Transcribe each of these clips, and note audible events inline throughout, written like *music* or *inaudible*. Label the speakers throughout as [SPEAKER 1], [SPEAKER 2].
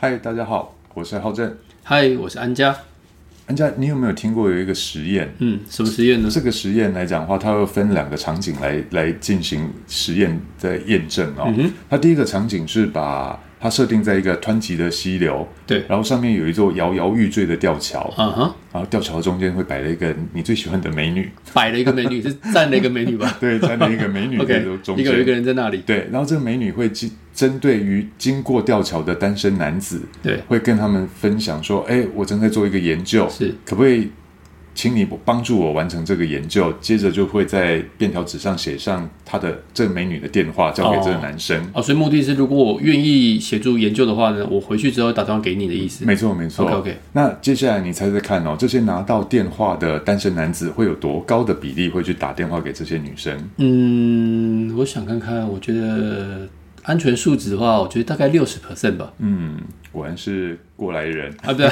[SPEAKER 1] 嗨，大家好，我是浩正。
[SPEAKER 2] 嗨，我是安家。
[SPEAKER 1] 安家，你有没有听过有一个实验？
[SPEAKER 2] 嗯，什么实验呢？
[SPEAKER 1] 这个实验来讲的话，它会分两个场景来来进行实验的验证
[SPEAKER 2] 嗯
[SPEAKER 1] 哦。它第一个场景是把它设定在一个湍急的溪流，
[SPEAKER 2] 对
[SPEAKER 1] 然后上面有一座摇摇欲坠的吊桥，
[SPEAKER 2] 啊哈，
[SPEAKER 1] 然后吊桥中间会摆了一个你最喜欢的美
[SPEAKER 2] *laughs*
[SPEAKER 1] 女，
[SPEAKER 2] 摆了一个美
[SPEAKER 1] *laughs*
[SPEAKER 2] 女，是站了一个美女吧
[SPEAKER 1] 对，站了一个美女在
[SPEAKER 2] ？OK，
[SPEAKER 1] 中
[SPEAKER 2] 一
[SPEAKER 1] 间，
[SPEAKER 2] 个有一个人在那里。
[SPEAKER 1] 对，然后这个美女会经针对于经过吊桥的单身男子，
[SPEAKER 2] 对，
[SPEAKER 1] 会跟他们分享说：“哎，我正在做一个研究，
[SPEAKER 2] 是
[SPEAKER 1] 可不可以请你帮助我完成这个研究？”接着就会在便条纸上写上她的这个美女的电话，交给这个男生。
[SPEAKER 2] 哦，所以目的是，如果我愿意协助研究的话呢，我回去之后打电话给你的意思。
[SPEAKER 1] 没错，没错。
[SPEAKER 2] OK，OK
[SPEAKER 1] 那接下来你猜猜看哦，这些拿到电话的单身男子会有多高的比例会去打电话给这些女生？
[SPEAKER 2] 嗯，我想看看，我觉得安全数值的话，我觉得大概六十 percent 吧。
[SPEAKER 1] 嗯，果然是过来人。
[SPEAKER 2] 啊， *laughs* 不对，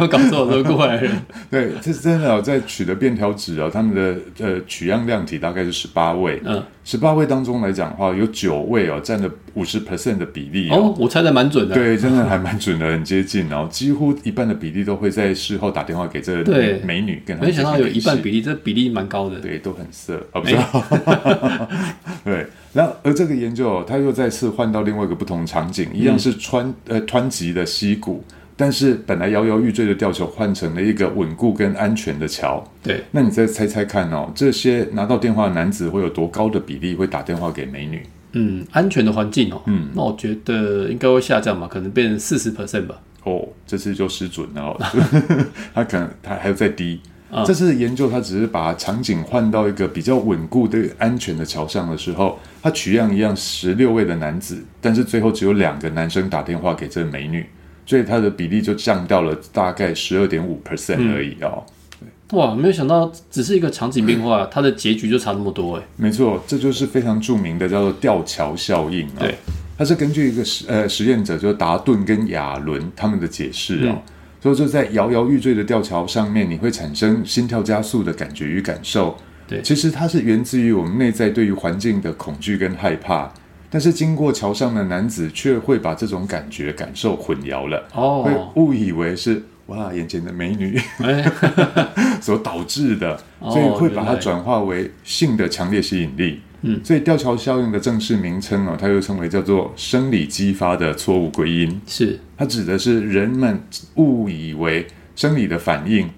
[SPEAKER 2] 我搞错，我都过来人。
[SPEAKER 1] 对，这是真的、哦，在取的便条纸啊，他们的呃取样量体大概是十八位，
[SPEAKER 2] 嗯，
[SPEAKER 1] 十八位当中来讲的话，有九位哦，占了五十 percent 的比例哦。
[SPEAKER 2] 哦，我猜的蛮准的。
[SPEAKER 1] 对，真的还蛮准的，很接近哦，然后几乎一半的比例都会在事后打电话给这
[SPEAKER 2] 对
[SPEAKER 1] 美女，跟她
[SPEAKER 2] 没想到有一半
[SPEAKER 1] 比。
[SPEAKER 2] 比例，这比例蛮高的。
[SPEAKER 1] 对，都很色啊，不是？
[SPEAKER 2] 哎
[SPEAKER 1] *laughs* 对，然后而这个研究哦，它又再次换到另外一个不同场景，一样是川、呃湍急的溪谷，但是本来摇摇欲坠的吊球换成了一个稳固跟安全的桥。
[SPEAKER 2] 对，
[SPEAKER 1] 那你再猜猜看哦，这些拿到电话的男子会有多高的比例会打电话给美女？
[SPEAKER 2] 嗯，安全的环境哦。嗯，那我觉得应该会下降吧，可能变成四十 percent 吧。
[SPEAKER 1] 哦，这次就失准了、哦，他可能他还要再低。这次的研究，它只是把场景换到一个比较稳固的、安全的桥上的时候，他取样一样十六位的男子，但是最后只有两个男生打电话给这美女，所以它的比例就降到了大概十二点五 percent 而已哦。
[SPEAKER 2] 哇，没有想到，只是一个场景变化，它的结局就差那么多哎。
[SPEAKER 1] 没错，这就是非常著名的叫做吊桥效应啊、
[SPEAKER 2] 对，
[SPEAKER 1] 它是根据一个实呃实验者，就是达顿跟亚伦他们的解释
[SPEAKER 2] 嗯
[SPEAKER 1] 啊、所以就在摇摇欲坠的吊桥上面，你会产生心跳加速的感觉与感受。
[SPEAKER 2] 对
[SPEAKER 1] 其实它是源自于我们内在对于环境的恐惧跟害怕，但是经过桥上的男子却会把这种感觉感受混淆了，会
[SPEAKER 2] 哦，
[SPEAKER 1] 误以为是哇眼前的美女。
[SPEAKER 2] 哎，
[SPEAKER 1] 所导致的，
[SPEAKER 2] 哦
[SPEAKER 1] 所以会把它
[SPEAKER 2] 原来
[SPEAKER 1] 转化为性的强烈吸引力。嗯，所以吊桥效应的正式名称哦，它又称为叫做生理激发的错误归因。
[SPEAKER 2] 是
[SPEAKER 1] 它指的是人们误以为生理的反应，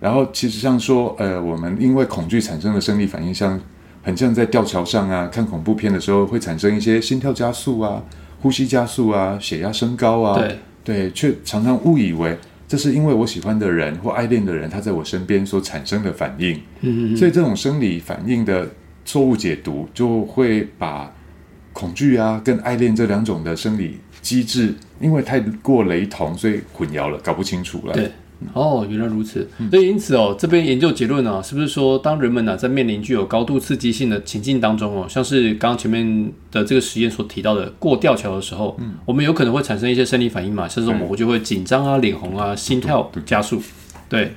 [SPEAKER 1] 然后其实像说，呃，我们因为恐惧产生的生理反应像，很像在吊桥上啊，看恐怖片的时候会产生一些心跳加速啊、呼吸加速啊、血压升高啊，
[SPEAKER 2] 对
[SPEAKER 1] 对，却常常误以为这是因为我喜欢的人或爱恋的人他在我身边所产生的反应。嗯嗯所以这种生理反应的错误解读，就会把恐惧啊跟爱恋这两种的生理机制，因为太过雷同，所以混淆了，搞不清楚了。
[SPEAKER 2] 对。哦，原来如此。所以因此哦，这边研究结论呢、是不是说，当人们呢、在面临具有高度刺激性的情境当中哦，像是刚刚前面的这个实验所提到的过吊桥的时候，嗯，我们有可能会产生一些生理反应嘛，像是我们就会紧张啊、脸红啊、心跳加速，对。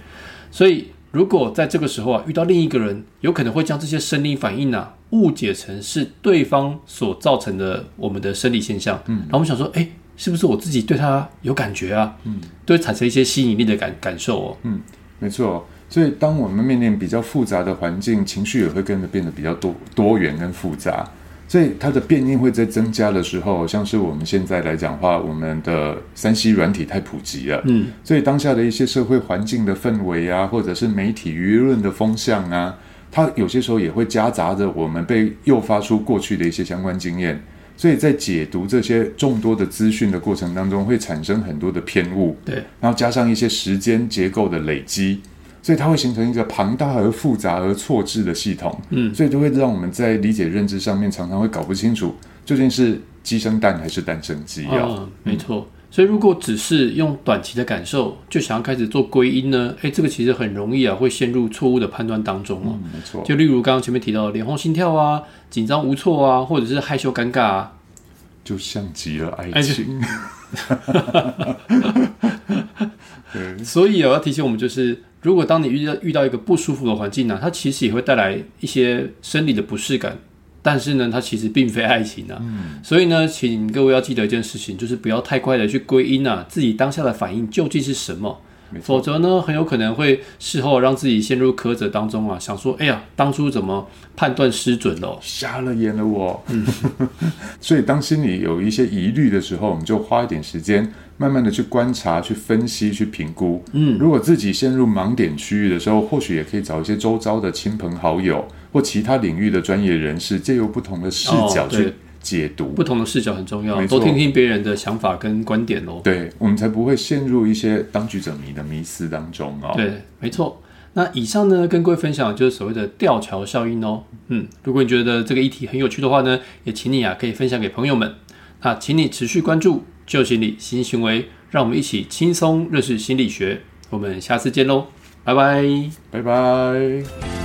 [SPEAKER 2] 所以如果在这个时候啊，遇到另一个人，有可能会将这些生理反应啊误解成是对方所造成的我们的生理现象，嗯，然后我们想说，哎、是不是我自己对他有感觉啊？嗯，都会产生一些吸引力的感感受哦。
[SPEAKER 1] 没错。所以，当我们面临比较复杂的环境，情绪也会跟着变得比较多多元跟复杂。所以，它的变因会在增加的时候，像是我们现在来讲的话，我们的三 C 软体太普及了，
[SPEAKER 2] 嗯，
[SPEAKER 1] 所以当下的一些社会环境的氛围啊，或者是媒体舆论的风向啊，它有些时候也会夹杂着我们被诱发出过去的一些相关经验。所以在解读这些众多的资讯的过程当中，会产生很多的偏误。
[SPEAKER 2] 对，
[SPEAKER 1] 然后加上一些时间结构的累积，所以它会形成一个庞大而复杂而错置的系统。嗯，所以就会让我们在理解认知上面常常会搞不清楚究竟是鸡生蛋还是蛋生鸡啊。
[SPEAKER 2] 嗯，没错。所以如果只是用短期的感受就想要开始做归因呢，哎，这个其实很容易啊，会陷入错误的判断当中哦。
[SPEAKER 1] 嗯没错，
[SPEAKER 2] 就例如刚刚前面提到的脸红心跳啊、紧张无措啊，或者是害羞尴尬啊，
[SPEAKER 1] 就像极了爱
[SPEAKER 2] 哎就
[SPEAKER 1] 情。对，
[SPEAKER 2] 所以我要提醒我们，就是如果当你遇到遇到一个不舒服的环境呢、它其实也会带来一些生理的不适感，但是呢，它其实并非爱情啊。
[SPEAKER 1] 嗯
[SPEAKER 2] 所以呢，请各位要记得一件事情，就是不要太快的去归因啊，自己当下的反应究竟是什么。
[SPEAKER 1] 没错
[SPEAKER 2] 否则呢，很有可能会事后让自己陷入苛责当中啊，想说，哎呀，当初怎么判断失准了哦？
[SPEAKER 1] 瞎了眼了我。 *laughs* 所以当心里有一些疑虑的时候，我们就花一点时间，慢慢的去观察、去分析、去评估。嗯，如果自己陷入盲点区域的时候，或许也可以找一些周遭的亲朋好友或其他领域的专业人士，借由不同的视角
[SPEAKER 2] 哦对
[SPEAKER 1] 去解读。
[SPEAKER 2] 不同的视角很重要，
[SPEAKER 1] 没错
[SPEAKER 2] 多听听别人的想法跟观点哦。
[SPEAKER 1] 对，我们才不会陷入一些当局者迷的迷思当中哦。
[SPEAKER 2] 对，没错。那以上呢，跟各位分享的就是所谓的吊桥效应哦。嗯，如果你觉得这个议题很有趣的话呢，也请你啊可以分享给朋友们。那请你持续关注旧心理新行为，让我们一起轻松认识心理学。我们下次见喽，拜拜。
[SPEAKER 1] 拜拜。